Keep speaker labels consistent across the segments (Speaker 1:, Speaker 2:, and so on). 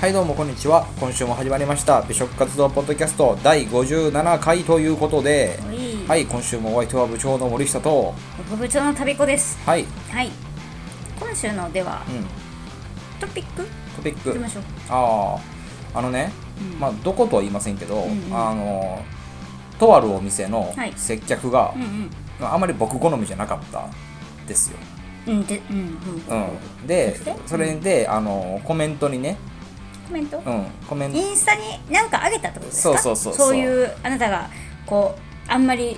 Speaker 1: はいどうもこんにちは今週も始まりました美食活動ポッドキャスト第57回ということで
Speaker 2: おい、
Speaker 1: はい今週もお相手は部長の森下と
Speaker 2: 副部長の旅子です。
Speaker 1: はいうん
Speaker 2: はい。今週のではトピック
Speaker 1: トピッ
Speaker 2: いき
Speaker 1: ク
Speaker 2: ましょう。
Speaker 1: あああのね、
Speaker 2: うん
Speaker 1: まあどことは言いませんけど、
Speaker 2: んうん
Speaker 1: あのとあるお店の
Speaker 2: はい
Speaker 1: 接客が
Speaker 2: う、ん
Speaker 1: まああまり僕好みじゃなかったですよ、
Speaker 2: うん。うんでうんうん。コ
Speaker 1: うん、で
Speaker 2: そして
Speaker 1: それであのコメントにね、
Speaker 2: メント
Speaker 1: う？ん、コメント
Speaker 2: インスタに何かあげたってことですか？
Speaker 1: そうそうそうそう
Speaker 2: そういうあなたがこうあんまり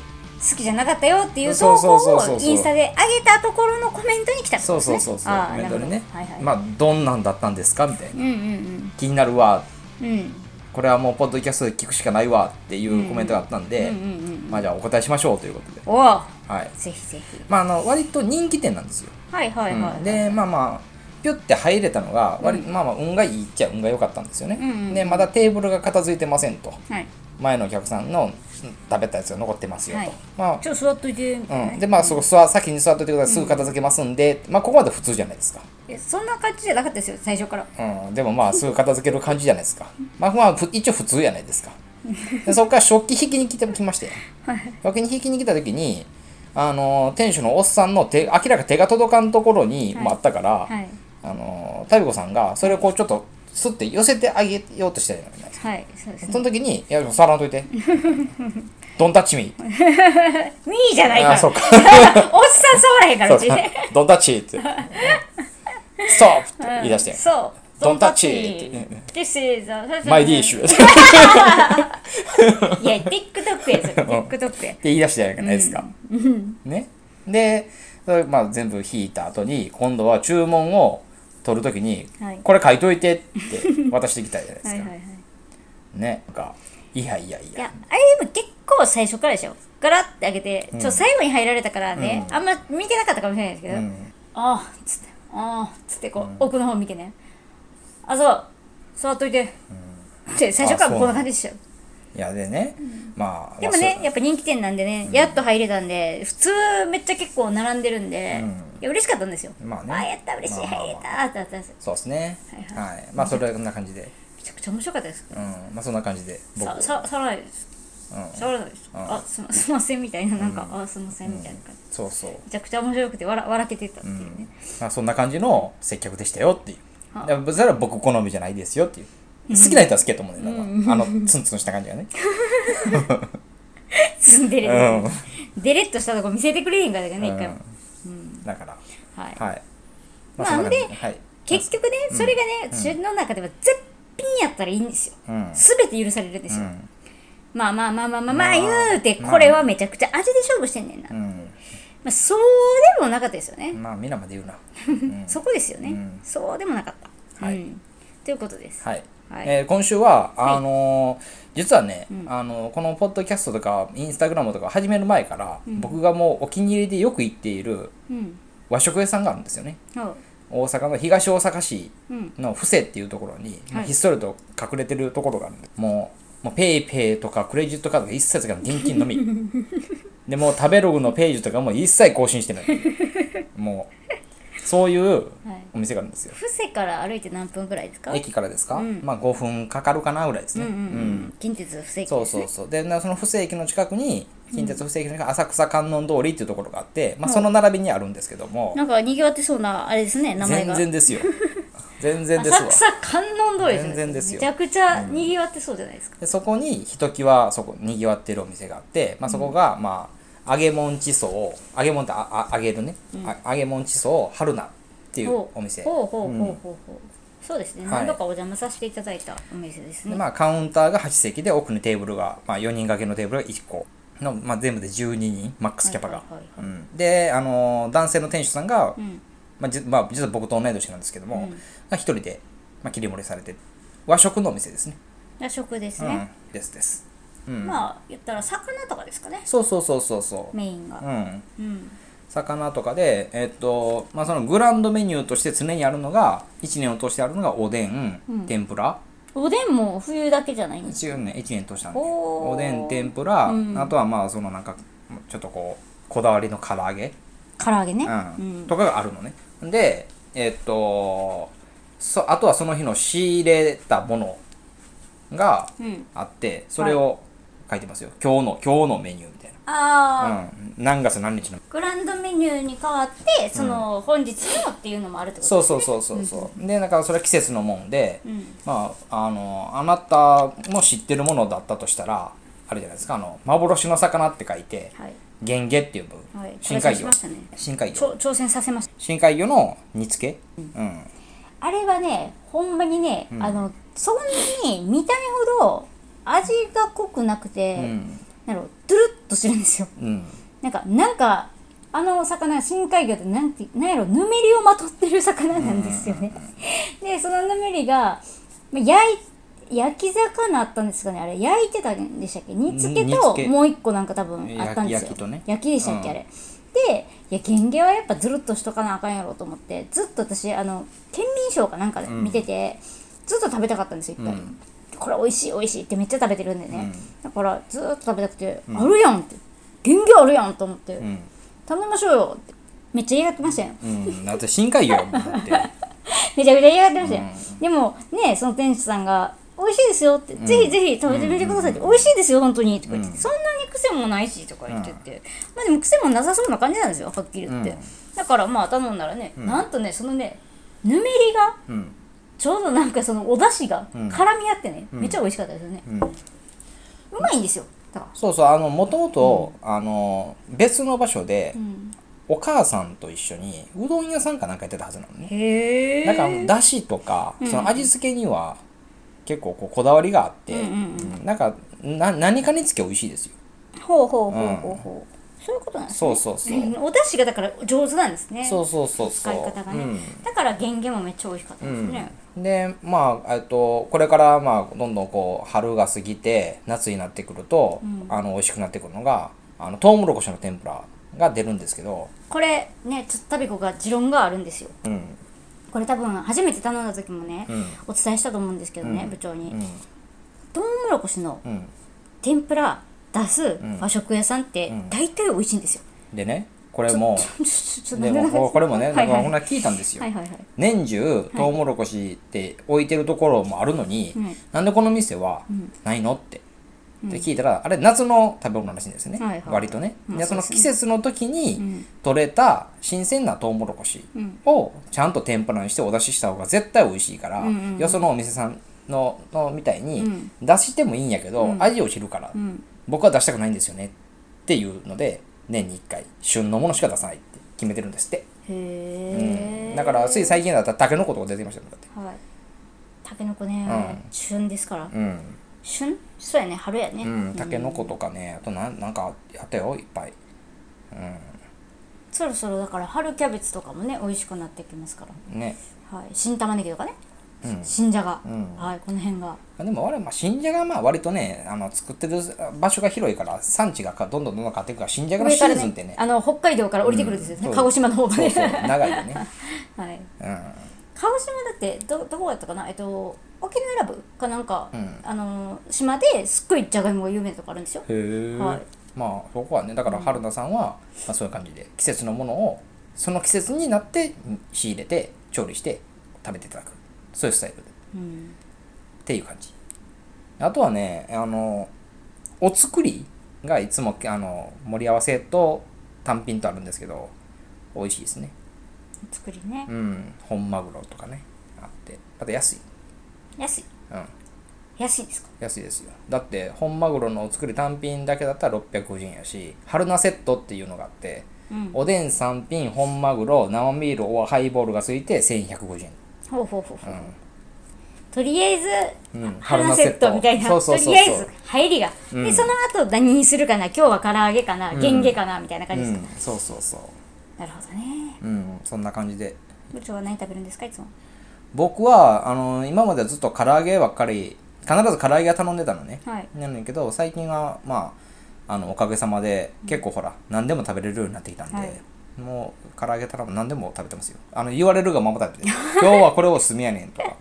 Speaker 2: 好きじゃなかったよっていう
Speaker 1: そう
Speaker 2: 投
Speaker 1: そうそ
Speaker 2: 稿
Speaker 1: うそう
Speaker 2: をインスタで上げたところのコメントに来たってこ
Speaker 1: そ
Speaker 2: と
Speaker 1: う
Speaker 2: です
Speaker 1: そうそ
Speaker 2: ね。
Speaker 1: うそう
Speaker 2: あ
Speaker 1: コ
Speaker 2: あ
Speaker 1: メン
Speaker 2: な
Speaker 1: ト
Speaker 2: る
Speaker 1: で
Speaker 2: ほど。
Speaker 1: ね、
Speaker 2: はいはい。
Speaker 1: まあどんなんだったんですかみたいな
Speaker 2: うんうん
Speaker 1: 気になるわ
Speaker 2: うんうん
Speaker 1: これはもうポッドキャストで聞くしかないわっていうコメントがあったんで、
Speaker 2: うんうんうん。
Speaker 1: まあじゃあお答えしましょうということで、
Speaker 2: おお。
Speaker 1: はい
Speaker 2: ぜひぜひ。
Speaker 1: まあ、あの割と人気店なんですよ、
Speaker 2: はいはいはい。
Speaker 1: うんでまあまあピュッて入れたのが割、まあまあ運がいいっちゃ運が良かったんですよね、
Speaker 2: うんうん
Speaker 1: でまだテーブルが片付いてませんと
Speaker 2: はい。
Speaker 1: 前のお客さんのうん食べたやつが残ってますよと、
Speaker 2: はい
Speaker 1: ま
Speaker 2: ちょっと座っといてみたい
Speaker 1: あ、
Speaker 2: な。
Speaker 1: うん、でまあそこ座先に座っておいてくださいすぐ片付けますんで、まあここまで普通じゃないですか
Speaker 2: えそんな感じじゃなかったですよ最初から。
Speaker 1: うん、でもまあすぐ片付ける感じじゃないですか。まあまあふ一応普通やないですか。でそこから食器引きに来てきまして、食器に引きに来た時に、あのー店主のおっさんの手明らか手が届かんところに、
Speaker 2: はい
Speaker 1: まあ、あったから、
Speaker 2: はい
Speaker 1: あのー、タビコさんがそれをこうちょっとすって寄せてあげようとしたじゃないですか。
Speaker 2: はいそうですね
Speaker 1: その時に「いや触らんといてドンタッチミー
Speaker 2: ミーじゃないか
Speaker 1: あ
Speaker 2: ら。
Speaker 1: あそうか
Speaker 2: おっさん触らへんから、うち。
Speaker 1: ドンタッチ」 って「ストップ!」って言い出して
Speaker 2: そう。
Speaker 1: Don't touch
Speaker 2: This is a...
Speaker 1: 「マイディッシュ」って
Speaker 2: いや、TikTok やつ。TikTok や
Speaker 1: っ。て言い出したじゃないですか。ね。で、それまあ、全部引いた後に、今度は注文を取るときに、
Speaker 2: はい
Speaker 1: これ書いといて って渡してきたじゃないですか。
Speaker 2: はいはいはい。
Speaker 1: ね。なんか、いやいやい
Speaker 2: い
Speaker 1: や。
Speaker 2: や、あれでも結構最初からでしょ。ガラッて開けて、ちょっと最後に入られたからね、あんま見てなかったかもしれないですけど、ああ、つって、ああ、つってこう、奥の方見てね。あ、そう、座っといて。って最初からこんな感じでしたよ。
Speaker 1: いや、でね、まあ、
Speaker 2: でも
Speaker 1: まあ
Speaker 2: ね
Speaker 1: そう、
Speaker 2: やっぱ人気店なんでね、やっと入れたんで、普通めっちゃ結構並んでるんで、いや嬉しかったんですよ。
Speaker 1: まあね
Speaker 2: あやった、嬉しい、
Speaker 1: まあまあまあ
Speaker 2: 入れたってなったんですよ
Speaker 1: そうですね。
Speaker 2: は
Speaker 1: はい。まあ、それはこんな感じで。
Speaker 2: めちゃくちゃ面白かったです。
Speaker 1: うん。まあ、そんな感じで、僕。
Speaker 2: さ、さ、さらないです。さらないです。あ、すますいませんみたいな、なんか、あ、すいませんみたいな感じ。
Speaker 1: そうそう。
Speaker 2: めちゃくちゃ面白くて、笑、笑けてたっていうね。
Speaker 1: まあ、そんな感じの接客でしたよっていう。
Speaker 2: はい
Speaker 1: やそれは僕好みじゃないですよっていう。好きな人は好きやと思うねんだあの、ツンツンした感じがね。
Speaker 2: ツンデレ
Speaker 1: うん
Speaker 2: で。デレっとしたとこ見せてくれへんからね、一回も。
Speaker 1: だから。
Speaker 2: はい。
Speaker 1: はい。
Speaker 2: まあ
Speaker 1: そんな感じ
Speaker 2: ほんで
Speaker 1: はい、
Speaker 2: 結局ね、それがね、私の中では絶品やったらいいんですよ。
Speaker 1: うん、
Speaker 2: すべて許されるんですよ。
Speaker 1: ん
Speaker 2: まあまあまあまあまあま
Speaker 1: ま
Speaker 2: あ
Speaker 1: あ
Speaker 2: 言うて、これはめちゃくちゃ味で勝負してんねんな。ま
Speaker 1: う
Speaker 2: あそうでもなかったですよね。
Speaker 1: ん、まあ皆まで言うな。
Speaker 2: そこですよね
Speaker 1: ん。
Speaker 2: そうでもなかった。
Speaker 1: はい
Speaker 2: うんということです。
Speaker 1: はい。
Speaker 2: はい
Speaker 1: えー今週は、あのー実はね、あのーこのポッドキャストとか、インスタグラムとか始める前から、僕がもうお気に入りでよく行っている
Speaker 2: うん。
Speaker 1: 和食屋さんがあるんですよね。
Speaker 2: そう
Speaker 1: 大阪の東大阪市
Speaker 2: うん
Speaker 1: の布施っていうところに、
Speaker 2: はい
Speaker 1: ひっそりと隠れてるところがあるんでもうもうペイペイとかクレジットカードが一切使う現金の みでもう食べログのページとかも一切更新してないもうそういうお店があるんですよ、
Speaker 2: 伏せから歩いて何分ぐらいですか
Speaker 1: 駅からですか、
Speaker 2: ん
Speaker 1: まあ5分かかるかなぐらいです
Speaker 2: うん
Speaker 1: ね、
Speaker 2: うんうん。近鉄伏せ駅
Speaker 1: そう
Speaker 2: です
Speaker 1: そう
Speaker 2: ね。
Speaker 1: そうでなその布施駅の近くに近鉄布施駅の近くに浅草観音通りっていうところがあって、まあ、その並びにあるんですけども、
Speaker 2: なんか賑わってそうな、あれですね、名前
Speaker 1: 全
Speaker 2: が。
Speaker 1: 然ですよ全然です
Speaker 2: 浅
Speaker 1: わ
Speaker 2: 草観音通りじゃな
Speaker 1: 全
Speaker 2: い
Speaker 1: 然ですよ
Speaker 2: めちゃくちゃ賑わってそうじゃないですか。
Speaker 1: でそこにひときわそこにぎわってるお店があって、まあ、そこが、まあ、揚げもん地層を揚げもんってああ揚げるね、あ揚げもん地層を春菜っていう
Speaker 2: ほう
Speaker 1: お店
Speaker 2: ほうほうほうほうほう。そうですね。
Speaker 1: はい
Speaker 2: 何度かお邪魔させていただいたお店です
Speaker 1: で
Speaker 2: ね。
Speaker 1: まあ、カウンターが8席で奥にテーブルが、まあ、4人掛けのテーブルが1個の、まあ、全部で12人マックスキャパが
Speaker 2: はいはいは
Speaker 1: うんで、あのー男性の店主さんが、
Speaker 2: ん
Speaker 1: まあじまあ、実は僕と同い年なんですけども、が一人で、まあ、切り盛りされて和食のお店ですね
Speaker 2: 夜食です
Speaker 1: うん
Speaker 2: ね。
Speaker 1: ですです
Speaker 2: まあ、言ったら魚とかですかね。
Speaker 1: そうそうそうそうそう
Speaker 2: メインが。
Speaker 1: うん
Speaker 2: うん。
Speaker 1: 魚とかで、えっとまあ、そのグランドメニューとして常にあるのが1年を通してあるのがおでん、天ぷら
Speaker 2: おでんも冬だけじゃないんです
Speaker 1: 一応ね1年通したんで
Speaker 2: おー
Speaker 1: おでん天ぷら、あとはまあそのなんかちょっとこうこだわりの唐揚げ、
Speaker 2: 唐揚げね。
Speaker 1: うん
Speaker 2: うん。
Speaker 1: とかがあるのねでえっとそあとはその日の仕入れたものが
Speaker 2: うん
Speaker 1: あってそれを書いてますよ、今日の今日のメニューみたい
Speaker 2: ああ、
Speaker 1: な、うん、何月何日の
Speaker 2: グランドメニューに変わってその、本日のっていうのもあるってこと
Speaker 1: そうそうそうそうそうでなんかそれは季節のもんで、
Speaker 2: ん
Speaker 1: まああのあなたの知ってるものだったとしたらあるじゃないですかあの幻の魚って書いて
Speaker 2: はい
Speaker 1: ゲンゲって呼ぶ、
Speaker 2: はい
Speaker 1: 深海
Speaker 2: 挑戦し
Speaker 1: 魚
Speaker 2: ましたね
Speaker 1: 深海
Speaker 2: ちょ
Speaker 1: 魚
Speaker 2: 挑戦させました
Speaker 1: 深海魚の煮つけ、うん、
Speaker 2: あれはねほんまにね、あのそんなに見た目ほど味が濃くなくて、なんだろうドゥルッとしてるんですよ
Speaker 1: うん、
Speaker 2: なんかなんかあの魚深海魚ってなんてなんやろぬめりをまとってる魚なんですよね、 でそのぬめりがまあ焼い焼き魚あったんですかねあれ焼いてたんでしたっけ煮付け
Speaker 1: 煮
Speaker 2: と
Speaker 1: 付け
Speaker 2: もう一個なんか多分あったんですよ
Speaker 1: 焼き焼きとね
Speaker 2: 焼きでしたっけ、
Speaker 1: うん
Speaker 2: あれでいや原芸はやっぱずるっとしとかなあかんやろと思ってずっと私あの県民賞かなんかで見てて、ずっと食べたかったんですよいっぱい、これ美味しい美味しいってめっちゃ食べてるんでね、だからずっと食べたくて、あるやんって原芸あるやんと思って、頼みましょうよってめっちゃ嫌がってましたよ
Speaker 1: うん、だって深海魚やもんだ って
Speaker 2: めちゃくちゃ嫌がってましたよ、でもねその店主さんが「美味しいですよ」って「ぜひぜひ食べてみてください」って「美味しいですよ本当に」とか言って、そんなに癖もないし」とか言ってて、まあでも癖もなさそうな感じなんですよはっきり言って、
Speaker 1: うん
Speaker 2: だからまあ頼んだらね、なんとねそのねぬめりが
Speaker 1: うん、
Speaker 2: ちょうどなんかそのお出汁が絡み合ってね、めっちゃ美味しかったですよね、
Speaker 1: ん
Speaker 2: うまいんですよだから
Speaker 1: そうそうあのもともとあの別の場所で、
Speaker 2: ん
Speaker 1: お母さんと一緒にうどん屋さんかなんかやってたはずなのね
Speaker 2: へえ
Speaker 1: だからだしとか、その味付けには結構こうこだわりがあって、
Speaker 2: うんうん
Speaker 1: うんなんかな何かにつけ美味しいですよ
Speaker 2: ほうほうほうほうほう、そういうことなんですね
Speaker 1: そうそうそう
Speaker 2: お出汁がだから上手なんですね
Speaker 1: そうそうそうそ
Speaker 2: 使
Speaker 1: う
Speaker 2: い方が
Speaker 1: う
Speaker 2: ね、
Speaker 1: ん
Speaker 2: だから原毛もめっちゃ美味しかったですね、
Speaker 1: でまあえっとこれからまあどんどんこう春が過ぎて夏になってくると、あの美味しくなってくるのがあのトウモロコシの天ぷらが出るんですけど、
Speaker 2: これねちょっとタビコが持論があるんですよ
Speaker 1: うん、
Speaker 2: これ多分初めて頼んだ時もね、
Speaker 1: うん
Speaker 2: お伝えしたと思うんですけどね、部長に、
Speaker 1: ん
Speaker 2: トウモロコシの
Speaker 1: うん、
Speaker 2: 天ぷら出す和食屋さんって大体美味しいんですよ、
Speaker 1: でねこれも
Speaker 2: ちょちょちょ
Speaker 1: でもこうこれもね
Speaker 2: は
Speaker 1: ないんか
Speaker 2: は
Speaker 1: ほ
Speaker 2: い
Speaker 1: んな聞いたんですよ、
Speaker 2: はいはいはい
Speaker 1: 年中トウモロコシって置いてるところもあるのに、なんでこの店はないのって。って聞いたら、あれ夏の食べ物らしいんですね、
Speaker 2: はいはい
Speaker 1: 割とね、
Speaker 2: まあ
Speaker 1: で
Speaker 2: そ
Speaker 1: そう
Speaker 2: で
Speaker 1: の
Speaker 2: すね
Speaker 1: 季節の時に取れた新鮮なトウモロコシをちゃんと天ぷらにしてお出しした方が絶対美味しいから、よそのお店さんののみたいに出してもいいんやけど、味を知るから、僕は出したくないんですよねっていうので年に1回旬のものしか出さないって決めてるんですって。
Speaker 2: へえ、
Speaker 1: だからつい最近だったらタケノコとか出てきましたもんだって
Speaker 2: はいタケノコね、旬ですから、
Speaker 1: うん
Speaker 2: 旬そうやね春やね、
Speaker 1: うんタケノコとかねあとなんなんかあったよいっぱい
Speaker 2: そろそろだから春キャベツとかもね美味しくなってきますから
Speaker 1: ね
Speaker 2: はい、新玉ねぎとかね、新じゃが、はい、この辺が
Speaker 1: でも我々、まあ、新じゃがはまあ割とねあの作ってる場所が広いから産地がかどんどんどんどん変わっていくから新じゃがの
Speaker 2: 上
Speaker 1: シ
Speaker 2: から
Speaker 1: ーズンって
Speaker 2: ね
Speaker 1: ね
Speaker 2: あの北海道から降りてくるんですよね、
Speaker 1: そう
Speaker 2: 鹿児島の方が
Speaker 1: そう
Speaker 2: ね
Speaker 1: そう長いよね
Speaker 2: はい、
Speaker 1: うん
Speaker 2: 鹿児島だってどどこだったかなえっと沖縄ラブかなんか、あの島ですっごいじゃがいもが有名なとこあるんですよ
Speaker 1: へえ、
Speaker 2: はい
Speaker 1: まあそこはねだから春菜さんは、まあ、そういう感じで季節のものをその季節になって仕入れて調理して食べていただくそういうスタイルで、っていう感じあとはねあのお作りがいつもあの盛り合わせと単品とあるんですけど美味しいですね
Speaker 2: 作りね
Speaker 1: う、ん本マグロとかねあってまた安い
Speaker 2: 安い
Speaker 1: うん
Speaker 2: 安いですか
Speaker 1: 安いですよだって本マグロのお作り単品だけだったら650円やし春菜セットっていうのがあって、おでん3品本マグロ生ビールオアハイボールがついて1150円、
Speaker 2: ほうほうほうほう、とりあえず、
Speaker 1: うん
Speaker 2: 春菜セットみたいな
Speaker 1: そうそうそうそう
Speaker 2: とりあえず入りが、でその後何にするかな今日は唐揚げかなげんげかな、みたいな感
Speaker 1: う
Speaker 2: じです
Speaker 1: ん
Speaker 2: か、、
Speaker 1: そうそうそう
Speaker 2: なるほどね
Speaker 1: うんそんな感じで
Speaker 2: 部長は何食べるんですかいつも
Speaker 1: 僕はあの今まではずっと唐揚げばっかり必ず唐揚げは頼んでたのね、
Speaker 2: はい
Speaker 1: なんだけど最近はまああのおかげさまで結構ほら、何でも食べれるようになってきたんで、
Speaker 2: はい
Speaker 1: もう唐揚げ頼む何でも食べてますよあの言われるがまま食べて る今日はこれをすみやねんとか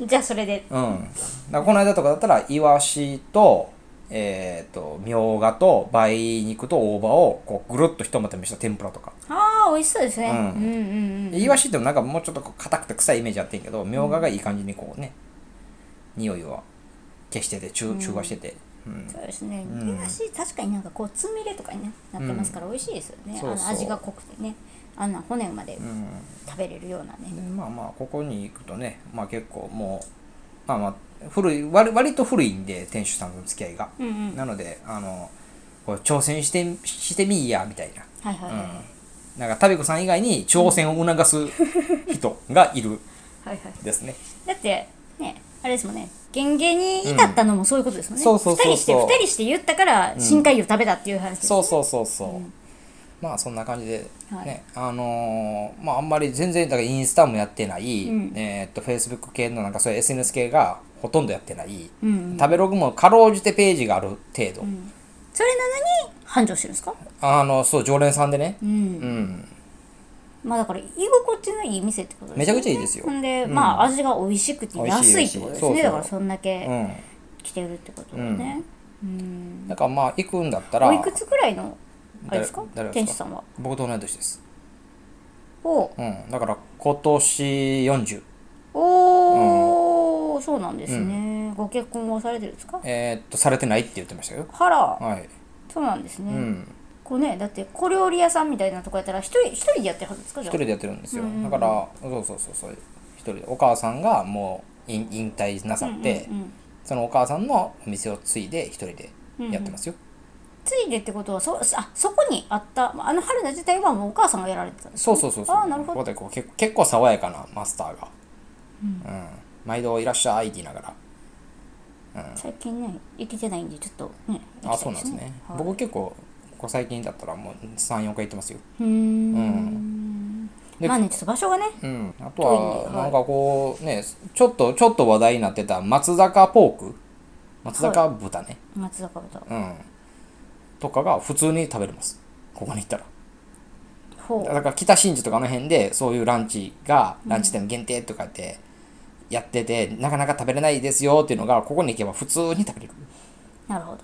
Speaker 2: じゃあそれで
Speaker 1: うんだからこの間とかだったらイワシとえっ、とみょうがと梅肉と大葉をこうぐるっとひとまとめした天ぷらとか
Speaker 2: あああ美味しそうですね、
Speaker 1: う
Speaker 2: うんん、うんうん
Speaker 1: でイワシってもなんかもうちょっとこう硬くて臭いイメージあってんけどみょうががいい感じにこうね匂いを消してて中中和してて、うん
Speaker 2: そうですね
Speaker 1: うん
Speaker 2: イワシ確かになんかこうつみれとかにねなってますから美味しいですよね、
Speaker 1: そうそう
Speaker 2: あの味が濃くてねあんな骨まで
Speaker 1: うん
Speaker 2: 食べれるようなね、
Speaker 1: でまあまあここに行くとねまあ結構もうまあまあ古い割割と古いんで店主さんとの付き合いが、
Speaker 2: うんうん
Speaker 1: なのであのこう挑戦してしてみいやみたいな
Speaker 2: はいはいはい、はい
Speaker 1: うん、なんかタビコさん以外に挑戦を促す人がいる
Speaker 2: はい
Speaker 1: です ね。
Speaker 2: だってねあれですもんね原芸に至ったのもそういうことですもんね、
Speaker 1: そうそうそうそう
Speaker 2: 二人して二人して言ったから深海魚食べたっていう話です、
Speaker 1: そうそうそうそう。まあそんな感じで、
Speaker 2: はい
Speaker 1: ねあのーまああんまり全然だからインスタもやってない、
Speaker 2: うん
Speaker 1: えーっと Facebook 系のなんかそういう SNS 系がほとんどやってない、
Speaker 2: うんうん
Speaker 1: 食べログもかろうじてページがある程度、
Speaker 2: それなのに繁盛してるんですか
Speaker 1: あのそう常連さんでね、
Speaker 2: うん、
Speaker 1: うん、
Speaker 2: まあだから居心地のいい店ってことですよね
Speaker 1: めちゃくちゃいいですよ
Speaker 2: ほんで、まあ味が美味しくて
Speaker 1: 美味しい
Speaker 2: 安いってことですね
Speaker 1: 美味しいそうそう
Speaker 2: だからそんだ
Speaker 1: う
Speaker 2: け
Speaker 1: ん、
Speaker 2: 来てるってことだねうん、
Speaker 1: だからまあ行くんだったら
Speaker 2: おいくつくらいのあれですか
Speaker 1: 誰誰ですか
Speaker 2: 店主さんは
Speaker 1: 僕と同い年です、
Speaker 2: お
Speaker 1: うん、だから今年40
Speaker 2: おー、そうなんですね、ご結婚はされてるんですか
Speaker 1: えーっとされてないって言ってましたよ
Speaker 2: はら
Speaker 1: はい
Speaker 2: そうなんですね、
Speaker 1: うん
Speaker 2: こうねだって小料理屋さんみたいなとこやったら一人一人でやってるはずですか
Speaker 1: 一
Speaker 2: じゃ
Speaker 1: 人でやってるんですよ、だからそうそうそうそう一人でお母さんがもう引引退なさ
Speaker 2: あ
Speaker 1: って、
Speaker 2: うんうんうん
Speaker 1: そのお母さんのお店を継いで一人でやってますよ、
Speaker 2: ついでってことはそあそこにあったまああの春菜自体はもうお母さんがやられてたんです
Speaker 1: そうそうそうそう
Speaker 2: あーなるほど
Speaker 1: ここでこう結構結構爽やかなマスターが、うん毎度いらっしゃいって言いながら
Speaker 2: 最近ね生きてないんでちょっとね
Speaker 1: あそうなんですね、
Speaker 2: はい
Speaker 1: 僕結構ここ最近だったらもう34回行ってますよ
Speaker 2: うーん
Speaker 1: で
Speaker 2: まあねちょっと場所がね
Speaker 1: うん、あと
Speaker 2: トイ
Speaker 1: は
Speaker 2: レ
Speaker 1: なんかこうねちょっとちょっと話題になってた松坂ポーク松坂豚ね、
Speaker 2: 松坂部と
Speaker 1: うん、とかが普通に食べれますここに行ったら
Speaker 2: ほう
Speaker 1: だから北新地とかあの辺でそういうランチがランチ店限定とかってやってて、なかなか食べれないですよっていうのがここに行けば普通に食べれる
Speaker 2: なるほど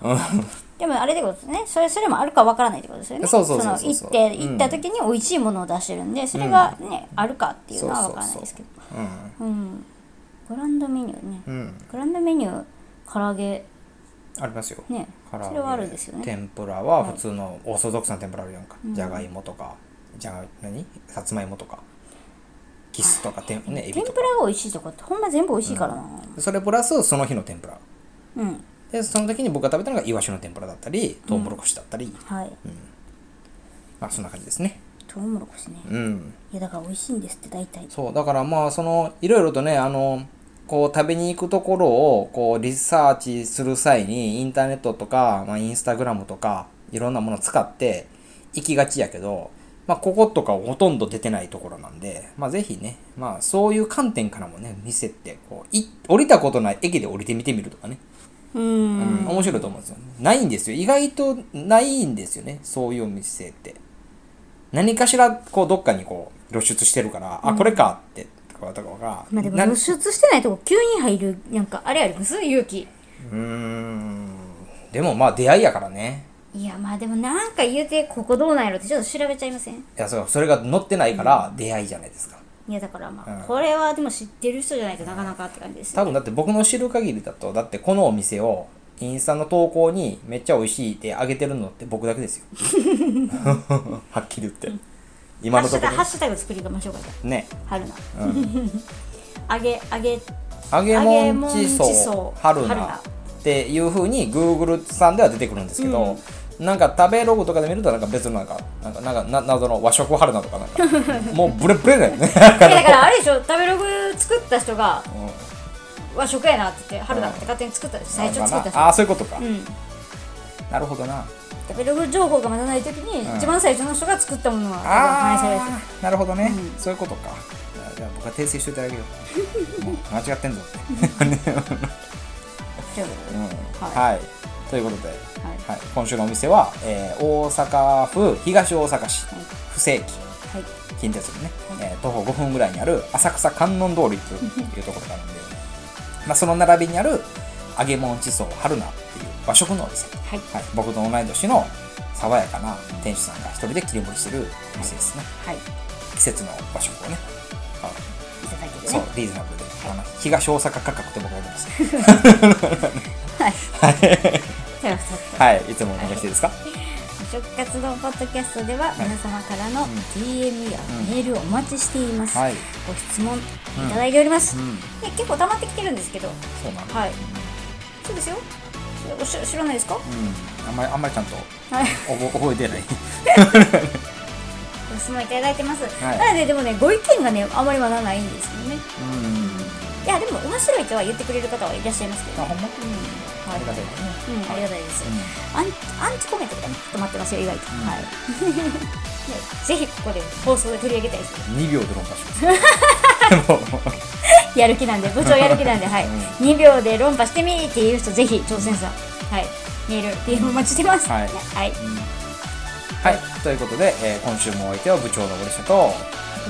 Speaker 2: でもあれってことですねそれそれもあるかわからないってことですよね
Speaker 1: そうそうそうそう
Speaker 2: の行って行った時に美味しいものを出してるんでそれがね、あるかっていうのはわからないですけどうんグランドメニューね、
Speaker 1: うん
Speaker 2: グランドメニュー唐揚げ
Speaker 1: ありますよ
Speaker 2: ね
Speaker 1: 唐揚げ
Speaker 2: それはあるんですよね
Speaker 1: 天ぷらは普通のオーソドックスな天ぷらあるやんか、じゃがいもとかじゃが何さつまいもとかキスとかてん、ね、エビ
Speaker 2: 天
Speaker 1: と
Speaker 2: ぷ
Speaker 1: から
Speaker 2: が美味しいとこってほんま全部美味しいからな
Speaker 1: それプラスその日の天ぷら
Speaker 2: うん、
Speaker 1: でその時に僕が食べたのがイワシの天ぷらだったりトウモロコシだったり、
Speaker 2: はい
Speaker 1: まあそんな感じですね
Speaker 2: トウモロコシね
Speaker 1: うん
Speaker 2: いやだから美味しいんですって大体
Speaker 1: そうだからまあそのいろいろとねあのこう食べに行くところをこうリサーチする際にインターネットとか、まあ、インスタグラムとかいろんなものを使って行きがちやけど、まあ、こことかほとんど出てないところなんで、まあ、ぜひね、まあ、そういう観点からもね店ってこうい降りたことない駅で降りてみてみるとかね、
Speaker 2: う
Speaker 1: うんん、面白いと思うんですよないんですよ意外とないんですよねそういうお店って何かしらこうどっかにこう露出してるから、あこれかってとかとかが、
Speaker 2: まあでも
Speaker 1: な
Speaker 2: 露出してないとこ急に入るなんかあれあります勇気
Speaker 1: うーんでもまあ出会いやからね
Speaker 2: いやまあでもなんか言うてここどうなんやろってちょっと調べちゃいません
Speaker 1: いやそうそれが載ってないから出会いじゃないですか、
Speaker 2: いやだからまあ、
Speaker 1: うん
Speaker 2: これはでも知ってる人じゃないとなかなかって感じです
Speaker 1: 多分だって僕の知る限りだとだってこのお店をインスタの投稿にめっちゃ美味しいってあげてるのって僕だけです よはっきり言って今
Speaker 2: ハ
Speaker 1: の
Speaker 2: ッシ
Speaker 1: と
Speaker 2: ュ
Speaker 1: こ
Speaker 2: タグハ
Speaker 1: ろ
Speaker 2: ッシュタグ作りましょうかじゃ
Speaker 1: ね
Speaker 2: あ春菜、 あげあげ
Speaker 1: 揚げもんち
Speaker 2: 揚げもんちそ
Speaker 1: そう春
Speaker 2: 春
Speaker 1: 菜
Speaker 2: 菜
Speaker 1: っていうふうに Google さんでは出てくるんですけど、なんか食べログとかで見るとなんか別のなんかなんかなんかな謎の和食春菜とかなん かもうブレブレだよね
Speaker 2: いやだからあれでしょ食べログ作った人が和食やなって言って春菜って勝手に作った最初作った 人
Speaker 1: ああそういうことか、
Speaker 2: うん
Speaker 1: なるほどな
Speaker 2: 食べログ情報がまだない時に、一番最初の人が作ったものは反映されてる
Speaker 1: ああなるほどね、そういうことかじゃあ僕は訂正していただけよ もう間違ってんぞって、
Speaker 2: ということで
Speaker 1: うん
Speaker 2: は
Speaker 1: はい、ということで、はい今週のお店は、えー大阪府東大阪市
Speaker 2: はい
Speaker 1: 布施駅
Speaker 2: はい
Speaker 1: 近鉄のね、えー徒歩5分ぐらいにある浅草観音通りというところがあるんで、まあ、その並びにある揚げ物地層春菜っていう和食のお店、
Speaker 2: はい
Speaker 1: 僕と同い年の爽やかな店主さんが一人で切り盛りしてるお店ですね。
Speaker 2: はいい
Speaker 1: 季節の和食をね。あ
Speaker 2: ただけて
Speaker 1: そ
Speaker 2: ね
Speaker 1: う、リーズナブルで。あの、東大阪価格って僕は言います。
Speaker 2: はいでは二つ
Speaker 1: はい、いつもお願いしていいですか
Speaker 2: 食活動ポッドキャストでは皆様からの DM やメールをお待ちしています、
Speaker 1: はい
Speaker 2: ご質問いただいております、
Speaker 1: うん
Speaker 2: で結構溜まってきてるんですけど
Speaker 1: そうなんだ。
Speaker 2: はいそうですよおし知らないですか、
Speaker 1: うん。あんまり、あんまりちゃんと
Speaker 2: はい
Speaker 1: 覚覚えてない。
Speaker 2: ご質問いただいてます、
Speaker 1: はい
Speaker 2: なのででもねご意見がねあまりまだないんですよね
Speaker 1: うん。
Speaker 2: いやでも面白いとは言ってくれる方はいらっしゃいますけど
Speaker 1: あ、
Speaker 2: ね
Speaker 1: ほんま
Speaker 2: は
Speaker 1: ありがたい
Speaker 2: い
Speaker 1: ですね。
Speaker 2: うん、ありがたいです、アンアンチコメントがね止まってますよ意外と、はい でぜひここで放送で取り上げたいです
Speaker 1: 2秒で論破し ます。もう
Speaker 2: やる気なんで部長やる気なんで、はい、2秒で論破してみーっていう人ぜひ挑戦さんはいメール DM お待ちしてます
Speaker 1: はい
Speaker 2: はい、
Speaker 1: はい、ということで、えー今週もお相手は部長の森下と、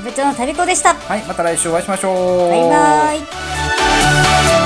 Speaker 2: 部長の旅子でした
Speaker 1: はい、また来週お会いしましょう。
Speaker 2: バイバーイ